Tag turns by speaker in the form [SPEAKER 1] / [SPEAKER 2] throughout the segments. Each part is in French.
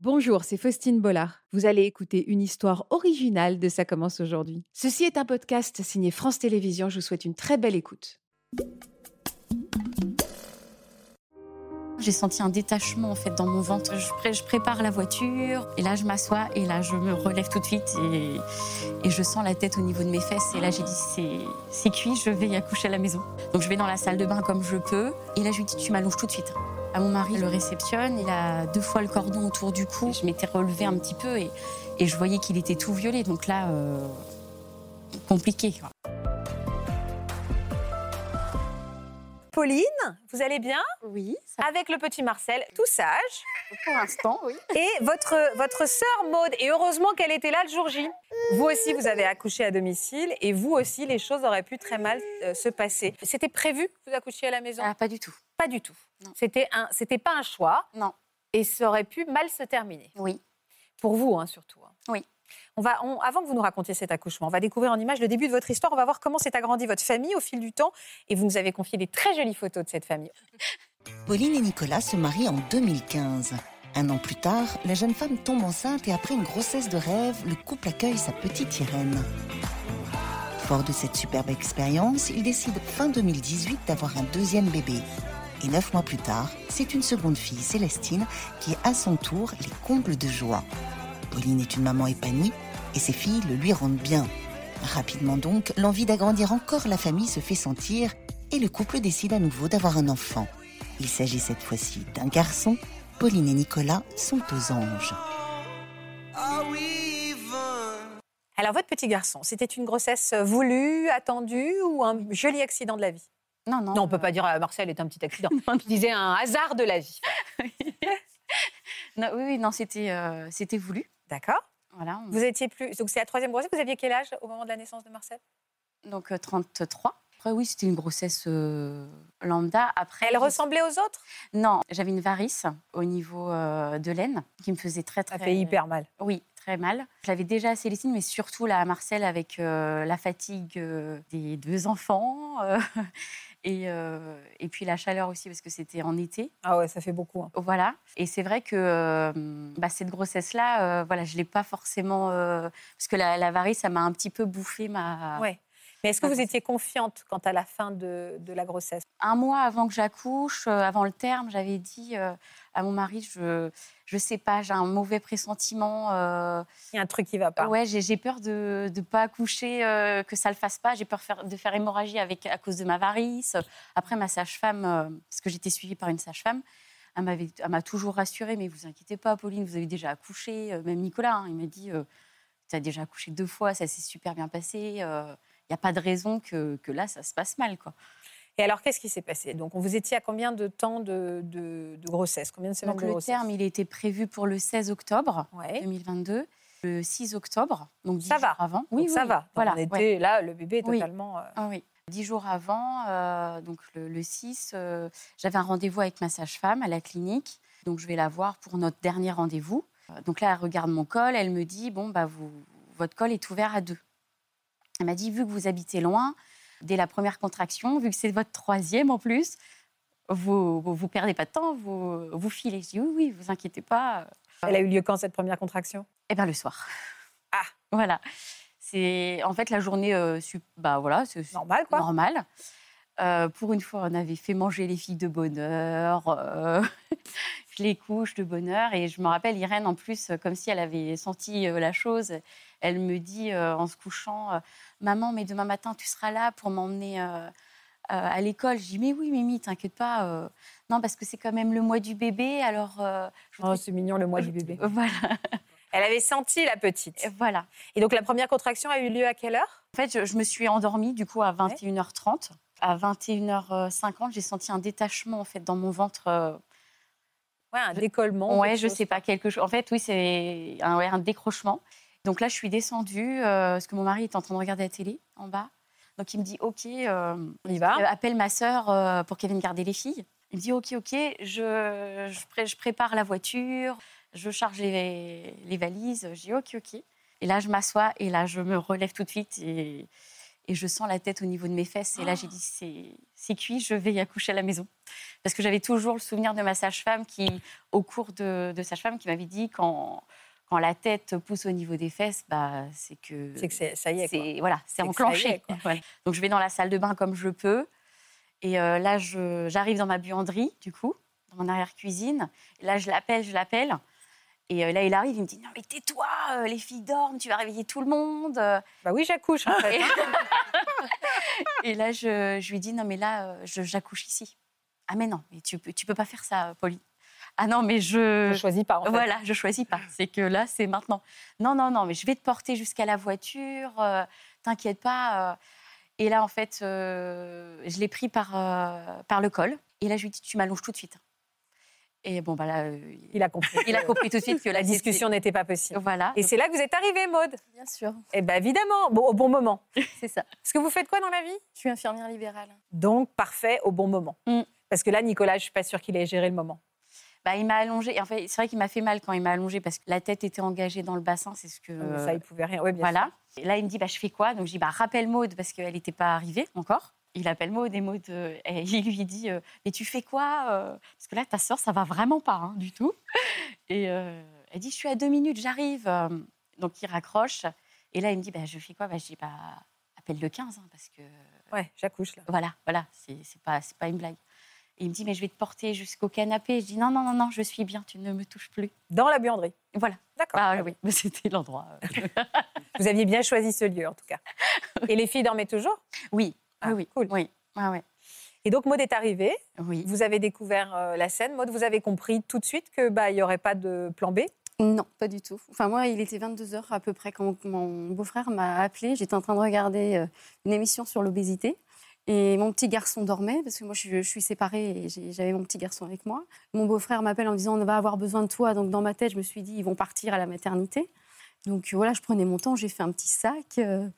[SPEAKER 1] Bonjour, c'est Faustine Bollard. Vous allez écouter une histoire originale de Ça commence aujourd'hui. Ceci est un podcast signé France Télévisions. Je vous souhaite une très belle écoute.
[SPEAKER 2] J'ai senti un détachement en fait dans mon ventre. Je, pré- je prépare la voiture et là je m'assois et là je me relève tout de suite et, et je sens la tête au niveau de mes fesses et là j'ai dit c'est, c'est cuit, je vais y accoucher à la maison. Donc je vais dans la salle de bain comme je peux et là je lui dis tu m'allonges tout de suite. À mon mari le réceptionne, il a deux fois le cordon autour du cou. Je m'étais relevée un petit peu et, et je voyais qu'il était tout violet donc là euh, compliqué. quoi.
[SPEAKER 3] Pauline, vous allez bien
[SPEAKER 2] Oui,
[SPEAKER 3] Avec le petit Marcel, tout sage.
[SPEAKER 2] pour l'instant oui.
[SPEAKER 3] Et votre, votre sœur Maude, et heureusement qu'elle était là le jour J. Vous aussi, vous avez accouché à domicile, et vous aussi, les choses auraient pu très mal euh, se passer. C'était prévu que vous accouchiez à la maison
[SPEAKER 2] Ah, pas du tout.
[SPEAKER 3] Pas du tout.
[SPEAKER 2] Non.
[SPEAKER 3] C'était un, c'était pas un choix,
[SPEAKER 2] Non.
[SPEAKER 3] et ça aurait pu mal se terminer.
[SPEAKER 2] Oui.
[SPEAKER 3] Pour vous, hein, surtout. hein.
[SPEAKER 2] Oui.
[SPEAKER 3] On va, on- avant que vous nous racontiez cet accouchement, on va découvrir en images le début de votre histoire. On va voir comment s'est agrandie votre famille au fil du temps. Et vous nous avez confié des très jolies photos de cette famille.
[SPEAKER 4] Pauline et Nicolas se marient en 2015. Un an plus tard, la jeune femme tombe enceinte et après une grossesse de rêve, le couple accueille sa petite Irène. Fort de cette superbe expérience, ils décident fin 2018 d'avoir un deuxième bébé. Et neuf mois plus tard, c'est une seconde fille, Célestine, qui est à son tour les combles de joie. Pauline est une maman épanouie et ses filles le lui rendent bien. Rapidement donc, l'envie d'agrandir encore la famille se fait sentir et le couple décide à nouveau d'avoir un enfant. Il s'agit cette fois-ci d'un garçon. Pauline et Nicolas sont aux anges.
[SPEAKER 3] Alors, votre petit garçon, c'était une grossesse voulue, attendue ou un joli accident de la vie
[SPEAKER 2] Non, non.
[SPEAKER 3] Non, on peut pas dire euh, Marcel est un petit accident. Je disais un hasard de la vie.
[SPEAKER 2] Non, oui, oui, non, c'était, euh, c'était voulu.
[SPEAKER 3] D'accord.
[SPEAKER 2] Voilà, on-
[SPEAKER 3] Vous étiez plus. Donc, c'est la troisième grossesse. Vous aviez quel âge au moment de la naissance de Marcel
[SPEAKER 2] donc euh, 33. Après, oui, c'était une grossesse euh, lambda. Après,
[SPEAKER 3] Elle
[SPEAKER 2] j'ai-
[SPEAKER 3] ressemblait aux autres
[SPEAKER 2] Non, j'avais une varice au niveau euh, de l'aine qui me faisait très, très.
[SPEAKER 3] Ça fait hyper mal.
[SPEAKER 2] Oui, très mal. Je l'avais déjà à Célestine, mais surtout là à Marcel avec euh, la fatigue euh, des deux enfants euh, et, euh, et puis la chaleur aussi parce que c'était en été.
[SPEAKER 3] Ah ouais, ça fait beaucoup. hein.
[SPEAKER 2] Voilà. Et c'est vrai que euh, bah, cette grossesse-là, euh, voilà, je ne l'ai pas forcément. euh, parce que la, la varice, ça m'a un petit peu bouffé ma.
[SPEAKER 3] Ouais. Mais est-ce que
[SPEAKER 2] Ah,
[SPEAKER 3] vous
[SPEAKER 2] bon.
[SPEAKER 3] étiez confiante quant à la fin de, de la grossesse
[SPEAKER 2] Un mois avant que j'accouche, euh, avant le terme, j'avais dit euh, à mon mari je ne sais pas, j'ai un mauvais pressentiment. euh,
[SPEAKER 3] Il y a un truc qui va pas.
[SPEAKER 2] ouais, j'ai j'ai peur de ne pas accoucher, euh, que ça ne le fasse pas. J'ai peur faire- de faire hémorragie avec, à cause de ma varice. Après, ma sage-femme, euh, parce que j'étais suivie par une sage-femme, elle m'avait- elle m'a toujours rassurée, mais vous inquiétez pas, Pauline, vous avez déjà accouché. Euh, Même Nicolas, hein, il m'a dit, tu as déjà accouché deux fois, ça s'est super bien passé. Il n'y a pas de raison que, que là, ça se passe mal. quoi.
[SPEAKER 3] Et alors, qu'est-ce qui s'est passé Donc, on vous étiez à combien de temps de, de- de grossesse Combien de semaines
[SPEAKER 2] Donc
[SPEAKER 3] de
[SPEAKER 2] le
[SPEAKER 3] grossesse
[SPEAKER 2] terme, il était prévu pour le 16 octobre
[SPEAKER 3] Ouais.
[SPEAKER 2] 2022, le 6 octobre, donc 10
[SPEAKER 3] Ça va.
[SPEAKER 2] jours avant.
[SPEAKER 3] Donc, ça va. Donc,
[SPEAKER 2] Voilà,
[SPEAKER 3] on était
[SPEAKER 2] ouais.
[SPEAKER 3] là, le bébé est
[SPEAKER 2] Oui.
[SPEAKER 3] totalement. euh,
[SPEAKER 2] Ah oui. Dix jours avant, euh, donc le, le 6, euh, j'avais un rendez-vous avec ma sage-femme à la clinique. Donc je vais la voir pour notre dernier rendez-vous. Euh, Donc là, elle regarde mon col, elle me dit bon bah vous, votre col est ouvert à deux. Elle m'a dit vu que vous habitez loin, dès la première contraction, vu que c'est votre troisième en plus, vous vous, vous perdez pas de temps, vous vous filez. Je dis oui oui, vous inquiétez pas.
[SPEAKER 3] Elle a eu lieu quand cette première contraction
[SPEAKER 2] Eh bien, le soir.
[SPEAKER 3] Ah.
[SPEAKER 2] Voilà. C'est en fait la journée, euh, sup- bah voilà, c'est c'est
[SPEAKER 3] Normal, quoi.
[SPEAKER 2] normal. Euh, pour une fois, on avait fait manger les filles de bonheur, euh, je les couche de bonheur. Et je me rappelle, Irène, en plus, euh, comme si elle avait senti euh, la chose, elle me dit euh, en se couchant euh, Maman, mais demain matin, tu seras là pour m'emmener euh, euh, à l'école. Je dis Mais oui, Mimi, t'inquiète pas. euh, non, parce que c'est quand même le mois du bébé, alors. euh, je
[SPEAKER 3] Oh,
[SPEAKER 2] voudrais-
[SPEAKER 3] c'est mignon le mois du bébé.
[SPEAKER 2] Voilà.
[SPEAKER 3] Euh, Elle avait senti la petite.
[SPEAKER 2] voilà.
[SPEAKER 3] Et donc la première contraction a eu lieu à quelle heure
[SPEAKER 2] En fait, je, je me suis endormie du coup à 21h30. À 21h50, j'ai senti un détachement en fait dans mon ventre. euh,
[SPEAKER 3] Ouais, un
[SPEAKER 2] Je-
[SPEAKER 3] décollement.
[SPEAKER 2] ouais,
[SPEAKER 3] quelque
[SPEAKER 2] je
[SPEAKER 3] chose.
[SPEAKER 2] sais pas quelque chose. En fait, oui, c'est un, ouais, un décrochement. Donc là, je suis descendue euh, parce que mon mari est en train de regarder la télé en bas. Donc il me dit OK, euh,
[SPEAKER 3] On y va.
[SPEAKER 2] euh, appelle ma sœur euh, pour qu'elle vienne garder les filles. Il me dit OK, OK, je, je, pré- je prépare la voiture, je charge les, les valises. Je dis OK, OK. Et là, je m'assois et là, je me relève tout de suite et, et je sens la tête au niveau de mes fesses. Et là, j'ai dit, c'est- c'est cuit, je vais y accoucher à la maison. Parce que j'avais toujours le souvenir de ma sage-femme qui, au cours de, de sage-femme, qui m'avait dit, quand, quand la tête pousse au niveau des fesses, bah, c'est que...
[SPEAKER 3] C'est que Euh, c'est- ça y est. quoi.
[SPEAKER 2] c'est- voilà, c'est
[SPEAKER 3] C'est que ça y est,
[SPEAKER 2] enclenché.
[SPEAKER 3] quoi.
[SPEAKER 2] Voilà. Donc je vais dans la salle de bain comme je peux. Et euh, là, je- j'arrive dans ma buanderie, du coup, dans mon arrière-cuisine. Et Là, je l'appelle, je l'appelle. Et euh, là, il arrive, il me dit Non, mais tais-toi, euh, les filles dorment, tu vas réveiller tout le monde.
[SPEAKER 3] Bah oui, j'accouche en fait.
[SPEAKER 2] Et là, je, je lui dis Non, mais là, euh, je- j'accouche ici. Ah, mais non, mais tu peux, tu peux pas faire ça, Pauline. Ah non, mais
[SPEAKER 3] Je
[SPEAKER 2] je.
[SPEAKER 3] choisis pas en fait.
[SPEAKER 2] Voilà, je choisis pas. C'est que là, c'est maintenant. Non, non, non, mais je vais te porter jusqu'à la voiture. euh, T'inquiète pas. euh. Et là, en fait, euh, je l'ai pris par, euh, par le col. Et là, je lui dis, tu m'allonges tout de suite. Et bon, bah là, euh, il,
[SPEAKER 3] Il a compris. Euh,
[SPEAKER 2] il a compris tout de suite que
[SPEAKER 3] La
[SPEAKER 2] c'était-
[SPEAKER 3] discussion n'était pas possible.
[SPEAKER 2] Voilà.
[SPEAKER 3] Et c'est là que vous êtes arrivée, Maude.
[SPEAKER 5] Bien sûr,
[SPEAKER 3] Eh bien, évidemment, bon, au bon moment.
[SPEAKER 5] c'est ça.
[SPEAKER 3] Parce que vous faites quoi dans la vie
[SPEAKER 5] Je suis infirmière libérale.
[SPEAKER 3] Donc, parfait, au bon moment.
[SPEAKER 2] Mm.
[SPEAKER 3] Parce que là, Nicolas, je suis pas sûre qu'il ait géré le moment.
[SPEAKER 2] Bah, il m'a allongé. En fait, c'est vrai qu'il m'a fait mal quand il m'a allongé parce que la tête était engagée dans le bassin. C'est ce que. Ah,
[SPEAKER 3] Donc, Ça, il pouvait rien. Ouais, bien
[SPEAKER 2] Voilà. Et là, il me dit, bah, je fais quoi Donc, je dis, bah, rappelle Maude, parce qu'elle n'était pas arrivée encore. Il appelle Maude et Maude, euh, et il lui dit, euh, mais tu fais quoi euh Parce que là, ta soeur, ça va vraiment pas hein, du tout. Et euh, elle dit, je suis à deux minutes, j'arrive. Euh, Donc, il raccroche. Et là, il me dit, bah, je fais quoi bah, Je dis, bah, appelle le 15, hein, parce que
[SPEAKER 3] sûr. Ouais, j'accouche là.
[SPEAKER 2] voilà, voilà, c'est c'est pas, c'est pas une blague. Et il me dit, mais je vais te porter jusqu'au canapé. Je dis, non, non, non, non, je suis bien, tu ne me touches plus.
[SPEAKER 3] Dans la buanderie.
[SPEAKER 2] Voilà.
[SPEAKER 3] D'accord.
[SPEAKER 2] Ah oui, mais c'était l'endroit. euh.
[SPEAKER 3] Vous aviez bien choisi ce lieu, en tout cas. Et les filles dormaient toujours
[SPEAKER 2] Oui,
[SPEAKER 3] Ah,
[SPEAKER 2] oui, oui.
[SPEAKER 3] cool.
[SPEAKER 2] Oui, Ah, ouais.
[SPEAKER 3] Et donc, Maud est arrivée.
[SPEAKER 2] oui.
[SPEAKER 3] Vous avez découvert euh, la scène. Maud, vous avez compris tout de suite que bah, il n'y aurait pas de plan B.
[SPEAKER 5] Non, pas du tout. Enfin, moi, il était 22h à peu près quand mon- mon beau-frère m'a appelé. J'étais en train de regarder euh, une émission sur l'obésité. Et mon petit garçon dormait, parce que moi, je, suis- je suis séparée et j'ai- j'avais mon petit garçon avec moi. Mon beau-frère m'appelle en me disant, on va avoir besoin de toi. Donc, dans ma tête, je me suis dit, ils vont partir à la maternité. Donc, euh, voilà, je prenais mon temps, j'ai fait un petit sac. euh,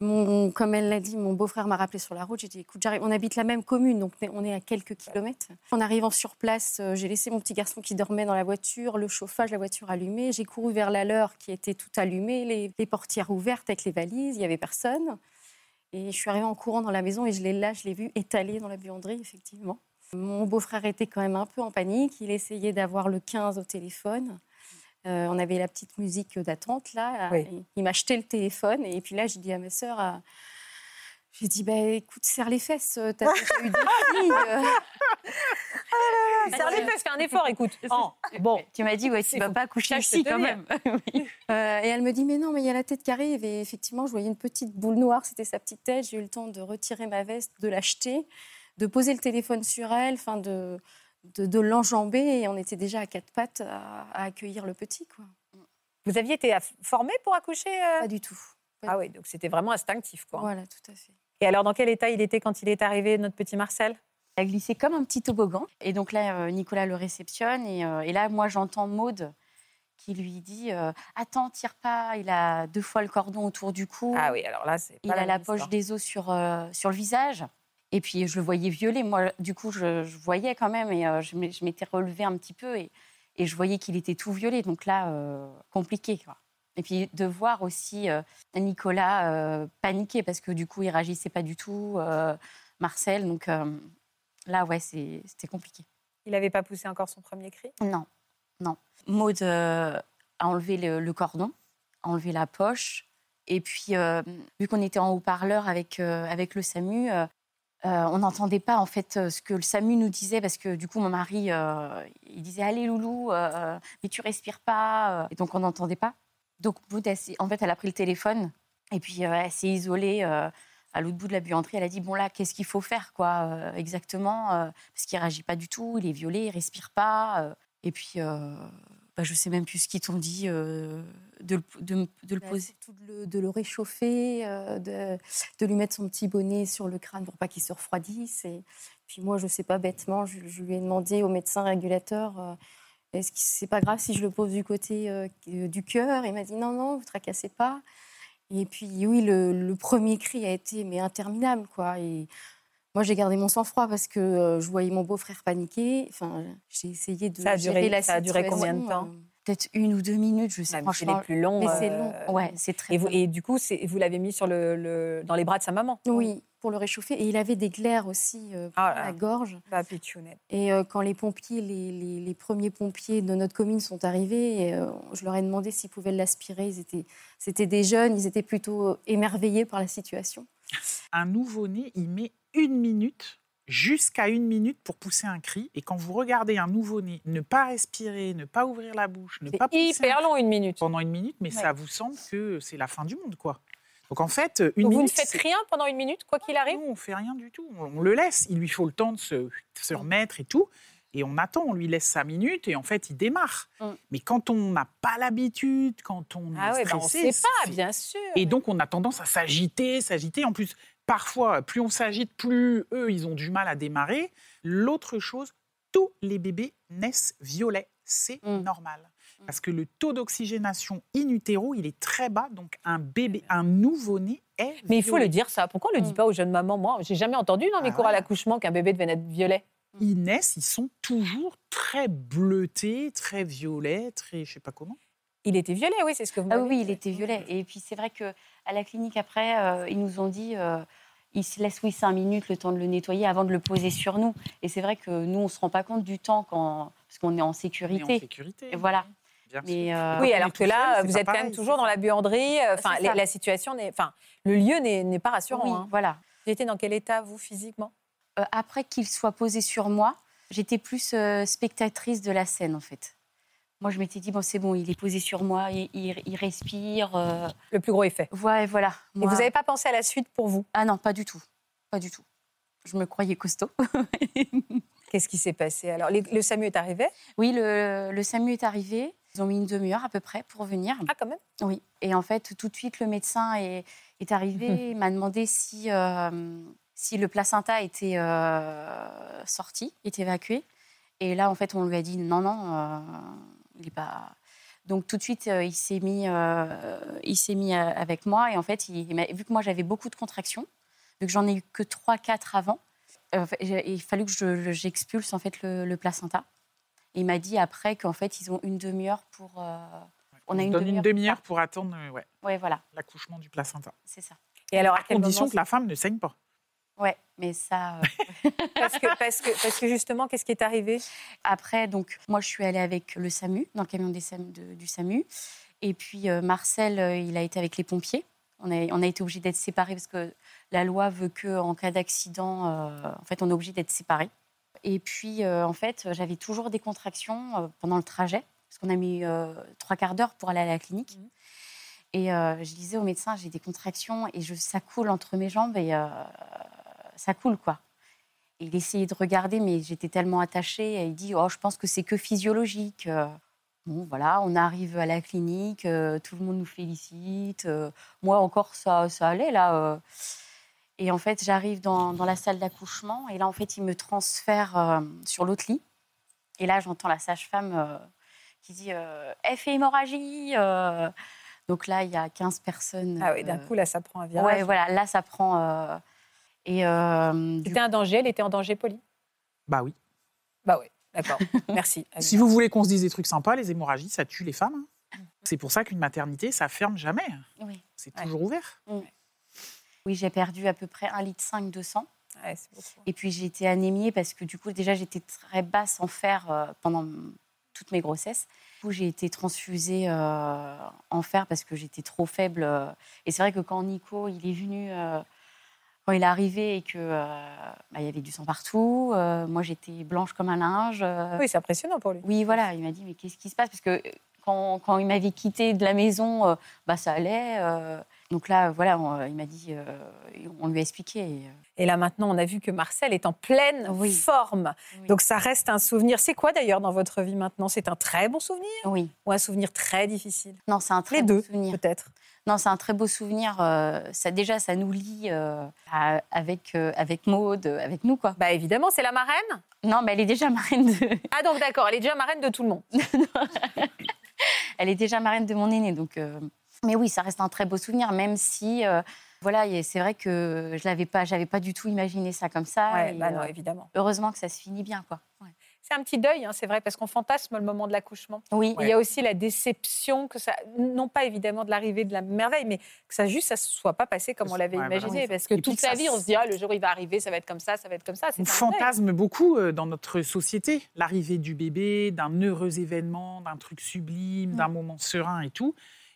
[SPEAKER 5] mon- comme elle l'a dit, mon beau-frère m'a rappelé sur la route. J'ai dit, écoute, j'arrive. On habite la même commune, donc on est à quelques kilomètres. En arrivant sur place, euh, j'ai laissé mon petit garçon qui dormait dans la voiture, le chauffage, la voiture allumée. J'ai couru vers la leur qui était tout allumée, les, les portières ouvertes avec les valises. Il n'y avait personne. Et je suis arrivée en courant dans la maison et je l'ai là, je l'ai vu étalé dans la buanderie, effectivement. Mon beau-frère était quand même un peu en panique. Il essayait d'avoir le 15 au téléphone. Euh, on avait la petite musique d'attente là.
[SPEAKER 3] Oui.
[SPEAKER 5] Il- Il m'a jeté le téléphone et puis là, j'ai dit à ma sœur. euh, j'ai dit, bah, écoute, serre les fesses, euh, t'as déjà eu des filles. euh. Ah,
[SPEAKER 3] Serre les fesses, fais un effort, écoute. Oh, bon,
[SPEAKER 2] Tu m'as dit, ouais, tu
[SPEAKER 3] C'est-
[SPEAKER 2] vas pas coucher
[SPEAKER 3] ça, je
[SPEAKER 2] ici
[SPEAKER 3] peux
[SPEAKER 2] quand
[SPEAKER 3] te
[SPEAKER 2] même. Oui.
[SPEAKER 5] Euh, et elle me dit, mais non, mais il y a la tête qui arrive. Et effectivement, je voyais une petite boule noire, c'était sa petite tête. J'ai eu le temps de retirer ma veste, de l'acheter, de poser le téléphone sur elle, enfin de, de, de l'enjamber. Et on était déjà à quatre pattes à, à accueillir le petit. Quoi.
[SPEAKER 3] vous aviez été aff- formée pour accoucher euh
[SPEAKER 5] Pas du tout.
[SPEAKER 3] Ah oui, donc c'était vraiment instinctif, quoi.
[SPEAKER 5] Voilà, tout à fait.
[SPEAKER 3] Et alors, dans quel état il était quand il est arrivé, notre petit Marcel
[SPEAKER 2] Elle a glissé comme un petit toboggan. Et donc là, euh, Nicolas le réceptionne. Et, euh, et là, moi, j'entends Maude qui lui dit euh, Attends, tire pas. Il a deux fois le cordon autour du cou.
[SPEAKER 3] Ah oui, alors là, c'est. pas
[SPEAKER 2] Il a
[SPEAKER 3] même
[SPEAKER 2] la poche
[SPEAKER 3] histoire.
[SPEAKER 2] des os sur, euh, sur le visage. Et puis, je le voyais violet. Moi, du coup, je, je voyais quand même. Et euh, je m'é- je m'étais relevée un petit peu. Et, et je voyais qu'il était tout violet. Donc là, euh, compliqué. quoi. Et puis, de voir aussi euh, Nicolas euh, paniquer parce que du coup, il réagissait pas du tout. euh, Marcel. Donc euh, là, ouais, c'est- c'était compliqué.
[SPEAKER 3] Il n'avait pas poussé encore son premier cri.
[SPEAKER 2] Non, non. Maud euh, a enlevé le, le cordon, a enlevé la poche. Et puis, euh, vu qu'on était en haut-parleur avec, euh, avec le SAMU, euh, euh, on n'entendait pas en fait euh, ce que le SAMU nous disait parce que du coup, mon mari, euh, il disait Allez, loulou, euh, mais tu respires pas. euh. Et donc, on n'entendait pas. Donc, Maud, elle s'est- en fait, elle a pris le téléphone et puis euh, elle s'est isolée. euh, à l'autre bout de la buanderie, elle a dit bon là, qu'est-ce qu'il faut faire quoi euh, exactement euh, Parce qu'il réagit pas du tout, il est violé, il respire pas. euh. Et puis, euh, bah, je sais même plus ce qu'ils t'ont dit euh, de, le- de me- de le
[SPEAKER 5] Bah,
[SPEAKER 2] poser.
[SPEAKER 5] surtout de le, de le réchauffer, euh, de, de lui mettre son petit bonnet sur le crâne pour pas qu'il se refroidisse. Et puis moi, je sais pas bêtement, je, je lui ai demandé au médecin régulateur. euh, est-ce que c'est pas grave si je le pose du côté euh, du cœur Il m'a dit non, non, vous tracassez pas. Et puis oui, le, le premier cri a été mais interminable quoi. Et moi j'ai gardé mon sang-froid parce que euh, je voyais mon beau-frère paniquer. Enfin, j'ai essayé de
[SPEAKER 3] Ça a duré-
[SPEAKER 5] gérer la
[SPEAKER 3] ça a duré combien de
[SPEAKER 5] situation,
[SPEAKER 3] temps
[SPEAKER 5] euh,
[SPEAKER 2] peut-être une ou deux minutes, je sais
[SPEAKER 3] Même si
[SPEAKER 2] franchement.
[SPEAKER 3] les plus longs.
[SPEAKER 5] Mais c'est
[SPEAKER 3] euh,
[SPEAKER 5] long.
[SPEAKER 2] Ouais, c'est très.
[SPEAKER 3] Et, vous-
[SPEAKER 2] long.
[SPEAKER 3] et du coup, c'est- vous l'avez mis sur le, le- dans les bras de sa maman.
[SPEAKER 5] Oui, pour le réchauffer. Et il avait des glaires aussi euh,
[SPEAKER 3] Ah
[SPEAKER 5] à
[SPEAKER 3] là
[SPEAKER 5] la
[SPEAKER 3] là,
[SPEAKER 5] gorge.
[SPEAKER 3] Papy Chounette.
[SPEAKER 5] Et euh, quand les pompiers, les, les- les premiers pompiers de notre commune sont arrivés, euh, je leur ai demandé s'ils pouvaient l'aspirer. Ils étaient, c'était des jeunes, ils étaient plutôt euh, émerveillés par la situation.
[SPEAKER 6] Un nouveau-né, il met une minute, jusqu'à une minute pour pousser un cri. Et quand vous regardez un nouveau-né ne pas respirer, ne pas ouvrir la bouche, ne
[SPEAKER 3] C'est
[SPEAKER 5] Ah,
[SPEAKER 6] pas pousser un
[SPEAKER 3] hyper long, une minute.
[SPEAKER 6] pendant une minute, mais
[SPEAKER 3] Ouais.
[SPEAKER 6] ça vous semble que c'est la fin du monde, quoi. Donc en fait, une
[SPEAKER 3] Donc,
[SPEAKER 6] minute,
[SPEAKER 3] vous ne faites
[SPEAKER 6] c'est-
[SPEAKER 3] rien pendant une minute, quoi qu'il arrive
[SPEAKER 6] Nous, on fait rien du tout. On, on le laisse. Il lui faut le temps de se, de se remettre et tout. Et on attend, on lui laisse sa minute et en fait, il démarre.
[SPEAKER 5] Mm.
[SPEAKER 6] Mais quand on n'a pas l'habitude, quand on
[SPEAKER 3] Ah
[SPEAKER 6] est
[SPEAKER 3] ouais, ben, on ne
[SPEAKER 6] stressé,
[SPEAKER 3] sait pas,
[SPEAKER 6] c'est-
[SPEAKER 3] bien sûr.
[SPEAKER 6] Et donc, on a tendance à s'agiter, s'agiter. En plus, parfois, plus on s'agite, plus eux, ils ont du mal à démarrer. L'autre chose, tous les bébés naissent violets. C'est
[SPEAKER 5] Mm.
[SPEAKER 6] normal. Parce que le taux d'oxygénation in utero, il est très bas. Donc, un bébé, un nouveau-né est
[SPEAKER 3] Mais il faut
[SPEAKER 6] violet.
[SPEAKER 3] le dire, ça. Pourquoi on ne le dit
[SPEAKER 5] Mm.
[SPEAKER 3] pas aux jeunes mamans Moi, j'ai jamais entendu dans mes
[SPEAKER 6] Ah
[SPEAKER 3] cours à
[SPEAKER 6] ouais.
[SPEAKER 3] l'accouchement qu'un bébé devait naître violet.
[SPEAKER 6] Ils naissent, ils sont toujours très bleutés, très violets, très je sais pas comment.
[SPEAKER 3] Il était violet, oui, c'est ce que vous
[SPEAKER 2] Ah
[SPEAKER 3] m'avez
[SPEAKER 2] oui, il
[SPEAKER 3] dit.
[SPEAKER 2] était violet. Et puis c'est vrai que à la clinique après, euh, ils nous ont dit, euh, ils se laissent oui cinq minutes le temps de le nettoyer avant de le poser sur nous. Et c'est vrai que nous on se rend pas compte du temps quand parce qu'on est en
[SPEAKER 6] On est
[SPEAKER 2] sécurité.
[SPEAKER 6] en sécurité.
[SPEAKER 2] Et voilà.
[SPEAKER 6] Bien sûr.
[SPEAKER 2] Mais euh,
[SPEAKER 3] Ah Oui,
[SPEAKER 6] on
[SPEAKER 3] alors
[SPEAKER 6] est
[SPEAKER 3] que
[SPEAKER 6] tout
[SPEAKER 3] là,
[SPEAKER 6] seul, c'est
[SPEAKER 3] vous
[SPEAKER 6] pas
[SPEAKER 3] êtes quand même
[SPEAKER 6] pareil,
[SPEAKER 3] toujours
[SPEAKER 6] c'est
[SPEAKER 3] dans la buanderie. euh, Enfin,
[SPEAKER 2] C'est
[SPEAKER 3] les-
[SPEAKER 2] ça.
[SPEAKER 3] la situation n'est, enfin, le lieu n'est n'est pas rassurant.
[SPEAKER 2] oui,
[SPEAKER 3] hein.
[SPEAKER 2] voilà.
[SPEAKER 3] Vous étiez dans quel état vous physiquement
[SPEAKER 2] Euh, après qu'il soit posé sur moi, j'étais plus euh, spectatrice de la scène en fait. Moi, je m'étais dit bon, c'est bon, il est posé sur moi, il, il- il respire. euh,
[SPEAKER 3] Le plus gros effet.
[SPEAKER 2] ouais, voilà.
[SPEAKER 3] Et
[SPEAKER 2] Moi-
[SPEAKER 3] vous n'avez pas pensé à la suite pour vous
[SPEAKER 2] Ah non, pas du tout, pas du tout. Je me croyais costaud.
[SPEAKER 3] Qu'est-ce qui s'est passé Alors, les- le SAMU est arrivé.
[SPEAKER 2] Oui, le, le SAMU est arrivé. Ils ont mis une demi-heure à peu près pour venir.
[SPEAKER 3] Ah, quand même.
[SPEAKER 2] Oui. Et en fait, tout de suite, le médecin est, est arrivé. Il m'a demandé si, euh, si le placenta était euh, sorti, était évacué. Et là, en fait, on lui a dit non, non, euh, il n'est pas. Donc tout de suite, euh, il s'est mis, euh, il s'est mis euh, avec moi. Et en fait, il, m'a- vu que moi j'avais beaucoup de contractions, vu que j'en ai eu que 3-4 avant, euh, j'ai- il fallut que je- le- j'expulse en fait le, le placenta. Et il m'a dit après qu'en fait, ils ont une demi-heure pour. euh, on a une
[SPEAKER 6] donne une
[SPEAKER 2] demi-heure.
[SPEAKER 6] demi-heure pour attendre euh, ouais,
[SPEAKER 2] Ouais, voilà,
[SPEAKER 6] l'accouchement du placenta.
[SPEAKER 2] c'est ça.
[SPEAKER 3] Et alors, à
[SPEAKER 6] À
[SPEAKER 3] quel
[SPEAKER 6] condition
[SPEAKER 3] moment
[SPEAKER 6] que la femme ne saigne pas.
[SPEAKER 2] Ouais, mais ça. euh,
[SPEAKER 3] parce que, parce, que, parce que justement, qu'est-ce qui est arrivé
[SPEAKER 2] Après, donc, moi, je suis allée avec le SAMU, dans le camion des SAMU- de- du SAMU. Et puis, euh, Marcel, euh, il a été avec les pompiers. On a, on a été obligés d'être séparés parce que la loi veut qu'en cas d'accident, euh, en fait, on est obligé d'être séparés. Et puis, euh, en fait, j'avais toujours des contractions euh, pendant le trajet, parce qu'on a mis euh, trois quarts d'heure pour aller à la clinique.
[SPEAKER 3] Mhm.
[SPEAKER 2] Et euh, je disais au médecin, j'ai des contractions et je, ça coule entre mes jambes et euh, ça coule, quoi. Et il essayait de regarder, mais j'étais tellement attachée. Et il dit Oh, je pense que c'est que physiologique. Euh, Bon, voilà, on arrive à la clinique, euh, tout le monde nous félicite. euh, moi encore, ça, ça allait là. euh. Et en fait, j'arrive dans, dans la salle d'accouchement. Et là, en fait, il me transfère euh, sur l'autre lit. Et là, j'entends la sage-femme euh, qui dit euh, Effet hémorragie euh. Donc là, il y a 15 personnes.
[SPEAKER 3] Ah oui, d'un
[SPEAKER 2] euh,
[SPEAKER 3] coup, là, ça prend un
[SPEAKER 2] Ouais,
[SPEAKER 3] virage.
[SPEAKER 2] voilà, là, ça prend. euh, et euh, du
[SPEAKER 3] C'était un danger. Elle était en danger, Polly.
[SPEAKER 6] Bah oui.
[SPEAKER 3] Bah oui. D'accord. Merci.
[SPEAKER 6] Si vous voulez qu'on se dise des trucs sympas, les hémorragies, ça tue les femmes. hein. C'est pour ça qu'une maternité, ça ferme jamais.
[SPEAKER 2] Oui.
[SPEAKER 6] C'est
[SPEAKER 3] Ouais.
[SPEAKER 6] toujours ouvert.
[SPEAKER 2] Oui, j'ai perdu à peu près 1,5 litre de sang.
[SPEAKER 3] Ouais, c'est beaucoup.
[SPEAKER 2] Et puis j'ai été anémiée parce que du coup, déjà, j'étais très basse en fer euh, pendant m- toutes mes grossesses. Du coup, j'ai été transfusée euh, en fer parce que j'étais trop faible. euh. Et c'est vrai que quand Nico, il est venu, euh, quand il est arrivé et que euh, bah, il y avait du sang partout, euh, moi j'étais blanche comme un linge. euh.
[SPEAKER 3] Ah Oui, c'est impressionnant pour lui.
[SPEAKER 2] Oui, voilà, il m'a dit, mais qu'est-ce qui se passe Parce que euh, quand, quand il m'avait quitté de la maison, euh, bah, ça allait. euh. donc là, voilà, on- il m'a dit, euh, on lui a expliqué. et, euh,
[SPEAKER 3] Et là maintenant, on a vu que Marcel est en pleine
[SPEAKER 2] Oui.
[SPEAKER 3] forme.
[SPEAKER 2] oui.
[SPEAKER 3] Donc ça reste un souvenir. C'est quoi d'ailleurs dans votre vie maintenant C'est un très bon souvenir
[SPEAKER 2] oui.
[SPEAKER 3] ou un souvenir très difficile
[SPEAKER 2] Non, c'est un très
[SPEAKER 3] Les
[SPEAKER 2] beau
[SPEAKER 3] deux,
[SPEAKER 2] souvenir.
[SPEAKER 3] peut-être.
[SPEAKER 2] Non, c'est un très beau souvenir. euh, ça, déjà, ça nous lie euh, à- avec, euh, avec Maude, euh, avec nous, quoi.
[SPEAKER 3] Bah évidemment, c'est la marraine.
[SPEAKER 2] Non, mais elle est déjà marraine de,
[SPEAKER 3] Ah donc d'accord, elle est déjà marraine de tout le monde.
[SPEAKER 2] elle est déjà marraine de mon aîné. Donc, euh, Mais oui, ça reste un très beau souvenir, même si... euh, voilà, et c'est vrai que je l'avais pas, j'avais pas du tout imaginé ça comme ça.
[SPEAKER 3] ouais,
[SPEAKER 2] et,
[SPEAKER 3] bah non,
[SPEAKER 2] euh,
[SPEAKER 3] évidemment.
[SPEAKER 2] heureusement que ça se finit bien, quoi. Ouais.
[SPEAKER 3] C'est un petit deuil, hein, c'est vrai, parce qu'on fantasme le moment de l'accouchement.
[SPEAKER 2] Oui.
[SPEAKER 3] Il y a aussi la déception que ça, non pas évidemment de l'arrivée de la merveille, mais que ça juste, ça ne soit pas passé comme on l'avait
[SPEAKER 6] Ouais, voilà.
[SPEAKER 3] imaginé.
[SPEAKER 6] Oui,
[SPEAKER 3] parce que
[SPEAKER 6] Et puis
[SPEAKER 3] toute
[SPEAKER 6] que ça
[SPEAKER 3] la vie, on se dit, ah, le jour où il va arriver, ça va être comme ça, ça va être comme ça. C'est
[SPEAKER 6] On
[SPEAKER 3] un deuil.
[SPEAKER 6] fantasme beaucoup euh, dans notre société l'arrivée du bébé, d'un heureux événement, d'un truc sublime,
[SPEAKER 3] Mm.
[SPEAKER 6] d'un moment serein et tout.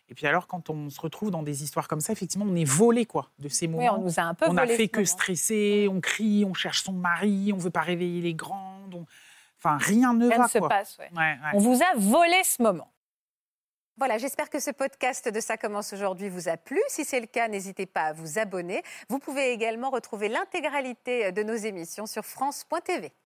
[SPEAKER 6] Et puis alors, quand on se retrouve dans des histoires comme ça, effectivement, on est volé quoi de ces
[SPEAKER 3] Oui, on
[SPEAKER 6] moments.
[SPEAKER 3] nous a un peu
[SPEAKER 6] on n'a
[SPEAKER 3] volé
[SPEAKER 6] fait
[SPEAKER 3] ce
[SPEAKER 6] que
[SPEAKER 3] moment.
[SPEAKER 6] stresser, on crie, on cherche son mari, on veut pas réveiller les grandes. on- Enfin, rien ne
[SPEAKER 3] Rien
[SPEAKER 6] va
[SPEAKER 3] ne se
[SPEAKER 6] quoi.
[SPEAKER 3] passe, ouais.
[SPEAKER 6] Ouais, ouais.
[SPEAKER 3] On vous a volé ce moment. Voilà, j'espère que ce podcast de Ça commence aujourd'hui vous a plu. Si c'est le cas, n'hésitez pas à vous abonner. Vous pouvez également retrouver l'intégralité de nos émissions sur France.tv.